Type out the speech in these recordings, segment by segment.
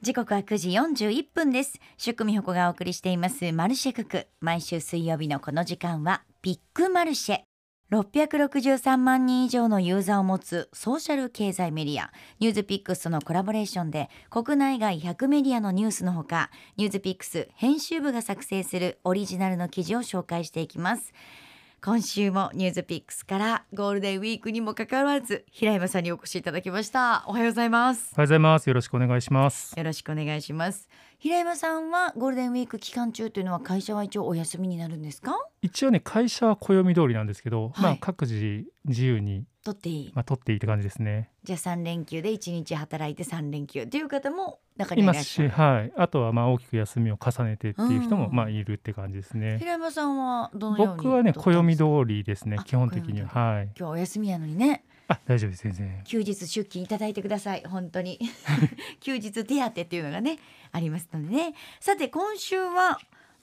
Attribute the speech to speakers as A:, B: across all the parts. A: 時刻は9時41分です宿美穂子がお送りしていますマルシェクック毎週水曜日のこの時間はビッグマルシェ663万人以上のユーザーを持つソーシャル経済メディアニューズピックスとのコラボレーションで国内外100メディアのニュースのほかニューズピックス編集部が作成するオリジナルの記事を紹介していきます今週もニューズピックスからゴールデンウィークにもかかわらず平山さんにお越しいただきましたおはようございます
B: おはようございます。よろしくお願いします。
A: よろしくお願いします平山さんはゴールデンウィーク期間中というのは会社は一応お休みになるんですか
B: 一応ね、会社は暦通りなんですけ
A: は
B: ど、
A: い
B: まあ各自自由に、
A: 取っていい
B: まあ、取っていいって感じですね。
A: じゃあ3連休で1日働いて3連休っていう方も中に
B: い
A: はい
B: ま
A: らっ
B: す
A: しゃ
B: し、
A: る
B: はい。あとはまあ大きく休みを重ねてっていう人も、
A: うん
B: まあいるって感じですね。
A: 平山さんはどのように
B: 僕はね、
A: 取ったんで
B: 暦
A: すか
B: 通りですね
A: あ。
B: 基本的に
A: 暦
B: は、
A: 通り
B: はい。
A: 今日お休みなのにね
B: あ、大丈夫です。全然。
A: 休日出勤いただいてください本 当に休日手当っていうのがねありますのでねさて今週は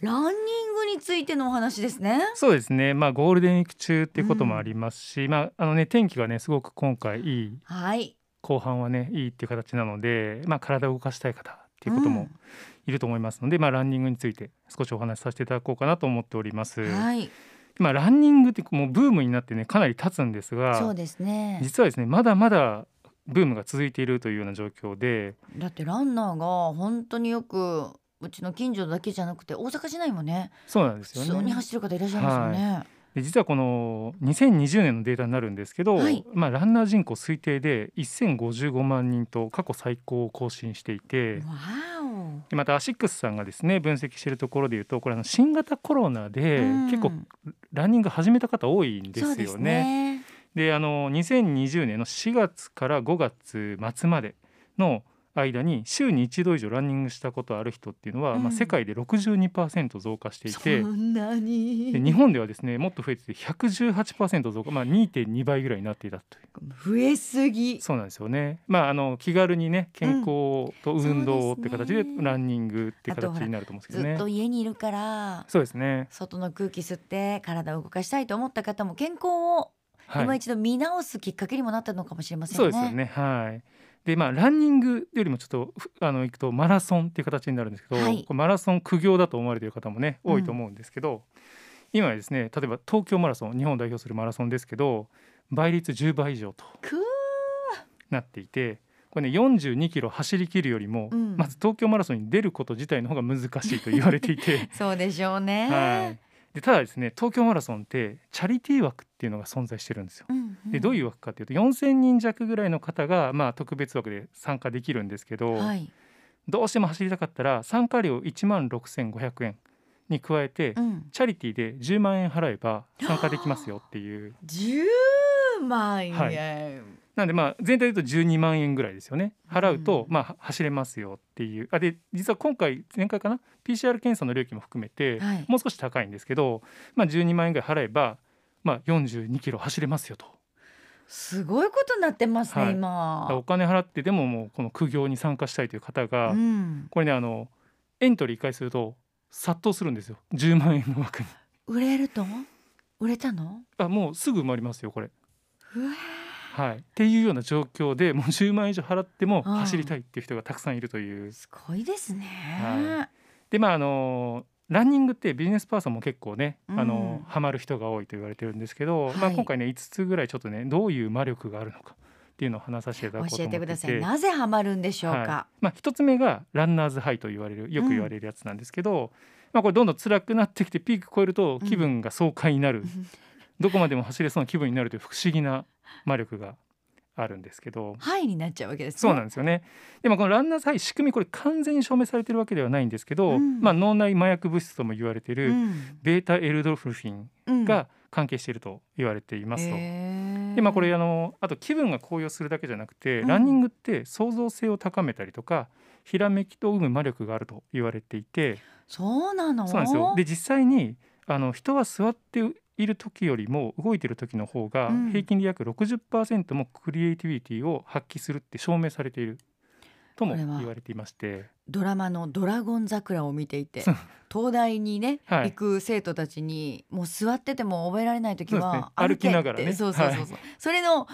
A: ランニングについてのお話ですね
B: そうですね。まあゴールデンウィーク中っていうこともありますし、まああのね天気がねすごく今回いい
A: はい
B: 後半はねいいっていう形なので、まあ体を動かしたい方っていうこともいると思いますので、まあ、ランニングについて少しお話しさせていただこうかなと思っております。
A: うんはい
B: まあ、ランニングってもうブームになってねかなり経つんです
A: そう
B: が
A: ですね
B: 実はですねまだまだブームが続いているというような状況で
A: だってランナーが本当によくうちの近所だけじゃなくて大阪市内もね
B: そうなんです
A: 普
B: よ
A: 通に
B: ね。
A: 走ってる方いらっしゃいますよね、
B: で実はこの2020年のデータになるんですけど、
A: はい
B: まあ、ランナー人口推定で1055万人と過去最高を更新していて。
A: わー
B: でまたアシックスさんがですね分析しているところでいうとこれあの新型コロナ
A: お、
B: で
A: うん
B: 結構ランニング始めた方多いんです
A: そ
B: よ
A: うです
B: ね
A: ね
B: であの2020年の4月から5月末までの間に週に1度以上ランニングしたことある人っていうのは、
A: うん
B: まあ、世界で62%増加していて、
A: そんな
B: で
A: に
B: 日本ではですねもっと増えてて118%増加、まあ、2.2倍ぐらいになっていたという
A: 増えすぎ
B: そうなんですよね、まあ、あの気軽にね健康と運動をって形
A: そう
B: で
A: ですね
B: ランニングって
A: あと
B: 形
A: ほら
B: になると思うんです
A: ず
B: けど
A: っ
B: ね。
A: と家にいるから
B: そうですね、
A: 外の空気吸って体を動かしたいと思った方も健康を
B: はい、
A: 今一度見直すきっかけにもなったのかもしれませんね。
B: そうですよね。はい。でまあランニングよりもちょっとふあの行くとマラソンっていう形になるんですけど、
A: はい
B: これマラソン苦行だと思われている方もね
A: うん
B: 多いと思うんですけど、今はですね例えば東京マラソン日本を代表するマラソンですけど倍率10倍以上と
A: くー
B: なっていてこれね42キロ走り切るよりも、
A: うん。
B: まず東京マラソンに出ること自体の方が難しいと言われていて
A: そうでしょうね。
B: はいでただですね東京マラソンってチャリティー枠っていうのが存在してるんですよ。
A: うんうん
B: でどういう枠かというと4,000人弱ぐらいの方がまあ特別枠で参加できるんですけど、
A: はい
B: どうしても走りたかったら参加料1万6,500円に加えて、
A: うん、
B: チャリティーで10万円払えば参加できますよっ ていう
A: 10万円、
B: はいなんでまあ全体で言うと12万円ぐらいですよね払うと
A: うん
B: まあは走れますよっていうあで実は今回前回かな PCR 検査の料金も含めて、
A: はい
B: もう少し高いんですけど、まあ、12万円ぐらい払えば、まあ、42キロ走れますよと。
A: すごいことになってますね、
B: はいだから
A: 今
B: お。金払ってでももうこの苦行に参加したいという方が、
A: うん、
B: これねあのエントリー一回すると殺到するんですよ10万円の枠に
A: 売れると売れたの
B: あもうすぐ埋まりますよこれ、
A: うわ
B: はい、っていうような状況でもう10万円以上払っても
A: うん
B: 走りたいっていう人がたくさんいるという、
A: ーすごいですね。
B: はでまああのランニングってビジネスパーソンも結構ね、あの
A: うん
B: ハマる人が多いと言われてるんですけど、ま
A: は
B: あ、
A: い
B: 今回ね5つぐらいちょっとねどういう魔力があるのかっていうのを話させていただこうと
A: 教
B: 思
A: え
B: っ
A: て
B: て
A: く
B: い
A: だ
B: て
A: さいなぜハマるんでしょう
B: は
A: か。
B: いまあ、一つ目がランナーズハイと言われるよく言われるやつなんですけど、まあ、これどんどん辛くなってきてピーク超えると気分が爽快になる、
A: ん
B: どこまでも走れそうな気分になるという不思議な魔力があるんですけど。
A: ハイになっちゃうわけですね。
B: そうなんですよねでもこのランナーズハイ仕組みこれ完全に証明されてるわけではないんですけど、
A: うん
B: まあ、脳内麻薬物質とも言われている、
A: うん
B: ベータエルドルフィン
A: うん
B: が関係していると言われていますと。
A: へー
B: でまあ、これあのあと気分が高揚するだけじゃなくて、
A: うん
B: ランニングって創造性を高めたりとかひらめきと生む魔力があると言われていて
A: そうなの
B: そうなんですよで実際にあの人は座っている時よりも動いている時の方が
A: うん
B: 平均で約60%もクリエイティビティを発揮するって証明されているとも
A: これは
B: 言われていまして
A: ドラマの「ドラゴン桜」を見ていて東大にね、
B: はい
A: 行く生徒たちにもう座ってても覚えられない時は
B: そうで
A: 歩
B: すね
A: けって
B: 歩きながらね
A: そうそうそうそう、それの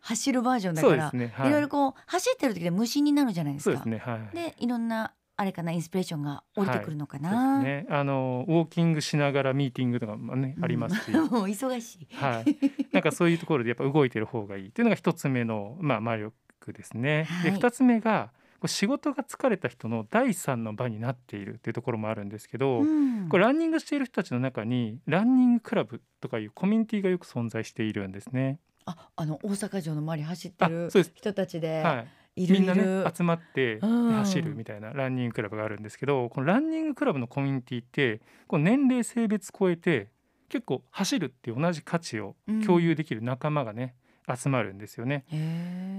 A: 走るバージョンだ
B: そ
A: か
B: うで
A: ら、、
B: すね。はい
A: ろいろこう走ってる時で無心になるじゃないです
B: そう
A: か。
B: ですね。はい。
A: でいろんなあれかなインスピレーションが降りてくるのか
B: そうで
A: な。
B: すね。あのウォーキングしながらミーティングとかもね、
A: うん
B: ありま すし。
A: もう忙しい。
B: はい、なんかそういうところでやっぱ動いてる方がいいっていうのが一つ目の、まあ、魔力ですね。
A: はい
B: で二つ目がこう仕事が疲れた人の第三の場になっているっていうところもあるんですけど、
A: うん
B: これランニングしている人たちの中にランニングクラブとかいうコミュニティがよく存在しているんですね。
A: ああの大阪城の周り走ってる
B: あそうです
A: 人たちで、、
B: はいい、
A: るい
B: み
A: る
B: んなね集まってで
A: うん
B: 走るみたいなランニングクラブがあるんですけどこのランニングクラブのコミュニティってこう年齢性別超えて結構走るっていう同じ価値を共有できる仲間がね、集まるんですよね。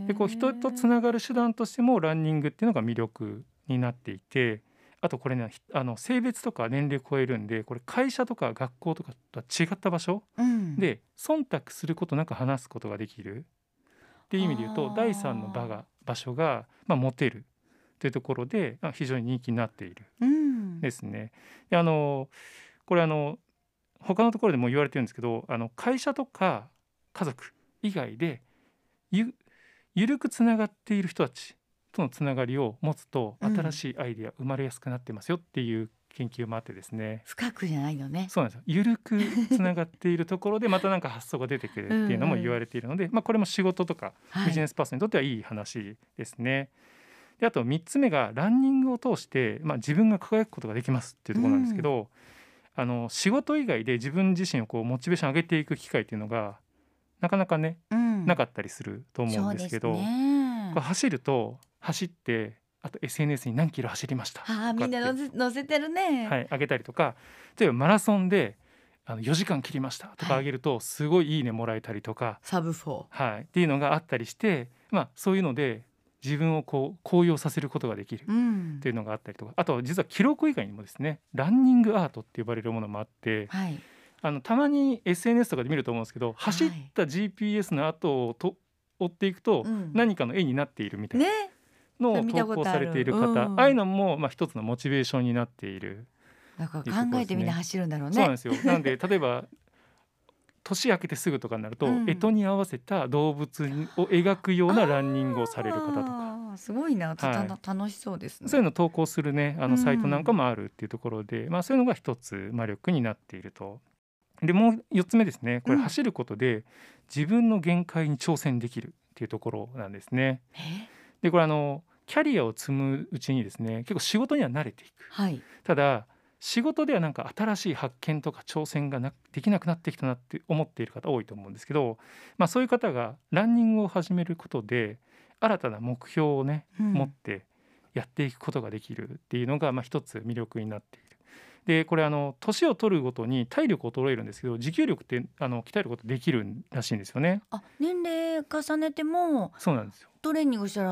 B: でこう人とつ
A: が
B: ながる手段としてもランニングっていうのが魅力になっていてあとこれねひあの性別とか年齢超えるんでこれ会社とか学校とかとは違った場所
A: で
B: で忖度することなく話すことができるっていう意味で言う
A: あ
B: と
A: ー
B: 第三の場が場所が、まあ、持てるというところであ非常に人気になっている
A: うん
B: ですね。であのこれあの他のところでも言われてるんですけどあの会社とか家族以外でゆゆるくつながっている人たちとのつながりを持つと
A: うん
B: 新しいアイデア生まれやすくなってますよっていう研究もあってですね、
A: 深くじゃないのね。
B: そうなんですよゆるくつながっているところでまたなんか発想が出てくるって いうのも言われているのでまあ、これも仕事とか
A: は
B: ビジ
A: い。
B: ネスパーソンにとってはいい話ですね。であと3つ目がランニングを通して、まあ、自分が輝くことができますっていうところなんですけど、あの仕事以外で自分自身をこうモチベーション上げていく機会っていうのがなかなかね
A: うん
B: なかったりすると思うんですけど
A: そうですね
B: こう走ると走ってあと SNS に何キロ走りました
A: ああみんな載せ載せてるね。
B: はい、上げたりとか例えばマラソンであの4時間切りましたとか
A: はい
B: 上げるとすごいいいねもらえたりとか、
A: サブフォー。
B: はいっていうのがあったりして、まあ、そういうので自分をこう高揚させることができる
A: うん
B: というのがあったりとかあと実は記録以外にもですねランニングアートって呼ばれるものもあって
A: はい。
B: あのたまに SNS とかで見ると思うんですけど走った GPS の後をと追っていくと
A: うん
B: 何かの絵になっているみたいな
A: ね。
B: のを
A: それ見た
B: 投
A: こと
B: 稿
A: あ
B: さ
A: る
B: れている方、
A: うん
B: ああいうのもまあ一つのモチベーションになっている
A: だから考えてみんな走るんだろう
B: そうなん
A: ね。
B: ですよ。なんで例えば年明けてすぐとかになると、
A: うん
B: 干支に合わせた動物を描くようなランニングをされる方とか
A: あーすごいな。た
B: はい
A: の楽しそうですね。
B: そういうのを投稿するねあ
A: うん
B: のサイトなんかもあるっていうところで、まあ、そういうのが一つ魔力になっていると。でもう4つ目ですねこれ
A: うん
B: 走ることで自分の限界に挑戦できるっていうところなんですね。
A: え
B: でこれあのキャリアを積むうちにですね結構仕事には慣れていく。
A: はい。
B: ただ仕事ではなんか新しい発見とか挑戦がなできなくなってきたなって思っている方多いと思うんですけど、まあ、そういう方がランニングを始めることで新たな目標をね、
A: うん
B: 持ってやっていくことができるっていうのがまあ一つ魅力になっている。でこれあの年を取るごとに体力衰えるんですけど持久力ってあの鍛えることできるらしいんですよね。
A: あ年齢重ねても
B: そうなんですよ。
A: トレーニングしたら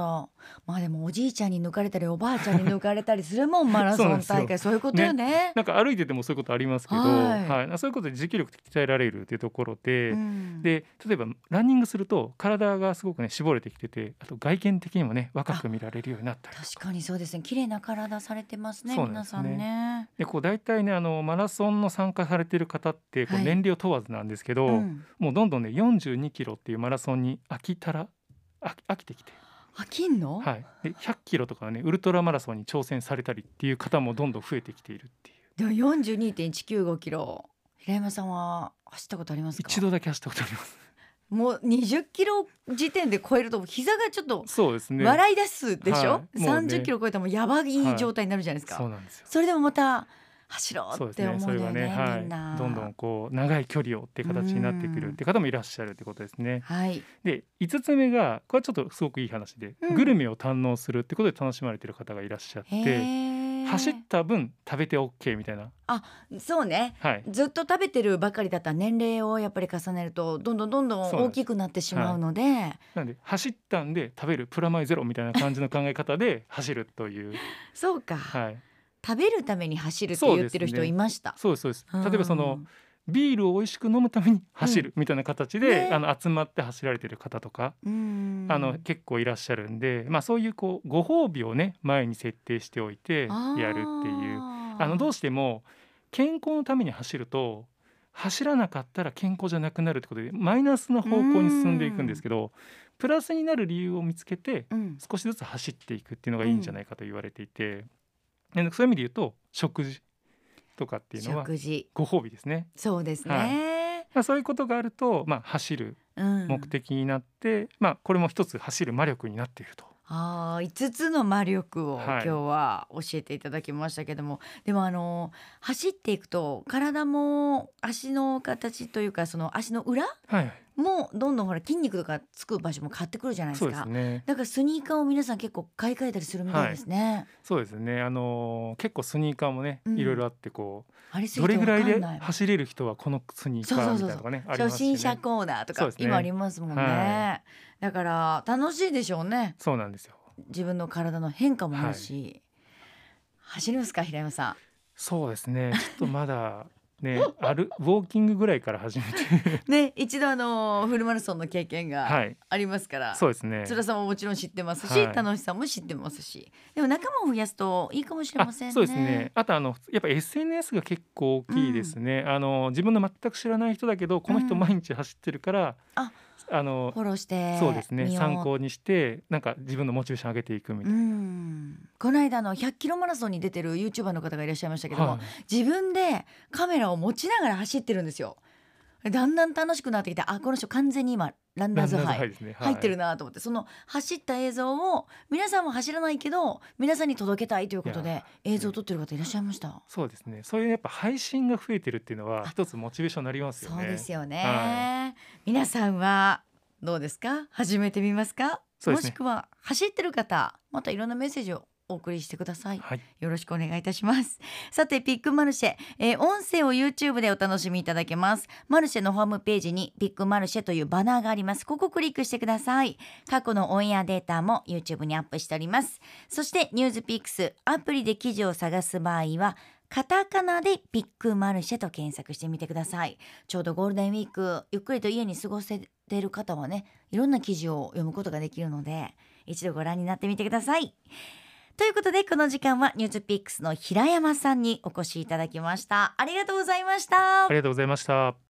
A: まあでもおじいちゃんに抜かれたりおばあちゃんに抜かれたりするもんマラソン
B: そうな
A: 大
B: んで
A: 会そういうことよね。
B: なんか歩いててもそういうことありますけど、
A: はい
B: はいそういうことで持久力って鍛えられるっていうところで、
A: うん
B: で例えばランニングすると体がすごくね絞れてきててあと外見的にもね若く見られるようになったり
A: 確かにそうですね綺麗な体されてますね
B: そうな
A: 皆
B: んです
A: さ
B: ね
A: んね。
B: でこう大体ねあのマラソンの参加されてる方ってこう
A: はい
B: 年齢を問わずなんですけど、
A: うん
B: もうどんどんね42キロっていうマラソンに飽きたら飽き飽きてきて、
A: 飽きんの？
B: はい、で100キロとかねウルトラマラソンに挑戦されたりっていう方もどんどん増えてきているっていう
A: でも四十二点一九五キロ。平山さんは走ったことありますか？
B: 一度だけ走ったことあります。
A: もう二十キロ時点で超えると膝がちょっと
B: そうですね
A: 笑い出すでし
B: は
A: ょ？
B: いもう
A: 三
B: ね
A: 十、キロ超えたらもうやばい状態になるじゃないですか。
B: そうなんですよ。
A: それでもまた走ろ
B: そう
A: うっ
B: で
A: て
B: すね
A: 思う
B: そ
A: ん
B: れ
A: だ
B: は
A: よ
B: ね
A: ね
B: は
A: みん
B: い
A: な。
B: どんどんこう長い距離をっていう形になってくるって方もいらっしゃるってことですね。
A: はい。
B: で5つ目がこれはちょっとすごくいい話で、
A: うん
B: グルメを堪能するってことで楽しまれてる方がいらっしゃっ
A: へ
B: て
A: え。
B: 走った分食べて OK みたいな、
A: そうね。
B: はい、
A: ずっと食べてるばかりだったら年齢をやっぱり重ねるとどんどんどんどん
B: そうな
A: 大
B: んで
A: き
B: す
A: くなってしまうので、
B: なんで走ったんで食べるプラマイゼロみたいな感じの考え 方で走るという、
A: そうか、
B: はい、
A: 食べるために走るって
B: そう
A: 言
B: で
A: っ
B: す
A: て
B: ね
A: る人いました。
B: そうですそうです例えばその
A: うん
B: ビールを美味しく飲むために走るみたいな形で、
A: ね
B: あの集まって走られてる方とか、
A: うん
B: あの結構いらっしゃるんで、まあ、そういうこうご褒美をね前に設定しておいてやるっていうあのどう
A: し
B: しても健康のために走ると走らなかったら健康じゃなくなるってことでマイナスの方向に進んでいくんですけどプラスになる理由を見つけて
A: うん
B: 少しずつ走っていくっていうのがいいんじゃないかと言われていて、でそういう意味で言うと食事とかっていうのは
A: 食事
B: ご褒美ですね。
A: そうですね、
B: まあ、そういうことがあると、まあ、走る
A: うん、
B: 目的になって、まあ、これも一つ走る魔力になっていると。
A: ああ5つの魔力を
B: はい
A: 今日は教えていただきましたけども、でもあの走っていくと体も足の形というかその足の裏
B: はいはい、
A: もどんどんほら筋肉とかつく場所も変わってくるじゃないです
B: そ
A: か
B: うですね。
A: だからスニーカーを皆さん結構買い替えたりするみたいですね、
B: そうですね。あのー結構スニーカーもね、
A: うん
B: いろいろあってこう
A: ありすぎ
B: ど
A: てわ
B: れぐ
A: から
B: い
A: ん
B: で
A: ない
B: 走れる人はこのスニー
A: そ
B: カ
A: う
B: ー
A: そう
B: み
A: そうそう
B: たいなのがねありま
A: 初
B: すし、
A: 心
B: ね、
A: 者コーナーと
B: そ
A: か、
B: うですね
A: 今ありますもんね、
B: は
A: だから楽しいでしょうね
B: そうなんですよ。
A: 自分の体の変化もあるし、走りますか平山さん
B: そうですね。ちょっとまだね、あるウォーキングぐらいから始めて、
A: ね、一度あのフルマラソンの経験が
B: はい、
A: ありますから、
B: そうですね。
A: 辛さももちろん知ってますし、
B: はい
A: 楽しさも知ってますしでも仲間を増やすといいかもしれ
B: あ
A: ませんね。
B: そうですねあとあのやっぱ SNS が結構大きいですね、あの自分の全く知らない人だけどこの人
A: うん
B: 毎日走ってるから、
A: あ
B: あの
A: フォローして
B: そうですね
A: みよう
B: 参考にしてなんか自分のモチベーション上げていくみた
A: う
B: い
A: んこの間あの100キロマラソンに出てる YouTuber の方がいらっしゃいましたけど
B: な、
A: も、
B: はい
A: 自分でカメラを持ちながら走ってるんですよ。だんだん楽しくなってきてあこの人完全に今ランナーズ
B: ランナー
A: ハ
B: ズハイ
A: イ
B: ですね、はい
A: 入ってるなと思って、その走った映像を皆さんも走らないけど皆さんに届けたいということ
B: い
A: で
B: や
A: 映像を撮ってる方いらっしゃいました。
B: そうですねそういうやっぱ配信が増えてるっていうのは
A: あ
B: 一つモチベーションになりますよね
A: そうですよね、
B: は
A: 皆さんはどうですか始めてみますか
B: そう
A: も
B: ですね
A: しくは走ってる方またいろんなメッセージをお送りしてください
B: はい
A: よろしくお願いいたしますさてピックマルシェ、えー音声を YouTube でお楽しみいただけますマルシェのホームページにピックマルシェというバナーがありますここをクリックしてください過去のオンエアデータも YouTube にアップしておりますそしてニュースピックスアプリで記事を探す場合はカタカナでピックマルシェと検索してみてくださいちょうどゴールデンウィークゆっくりと家に過ごせている方はねいろんな記事を読むことができるので一度ご覧になってみてくださいということでこの時間はニュースピックスの平山さんにお越しいただきましたありがとうございました
B: ありがとうございました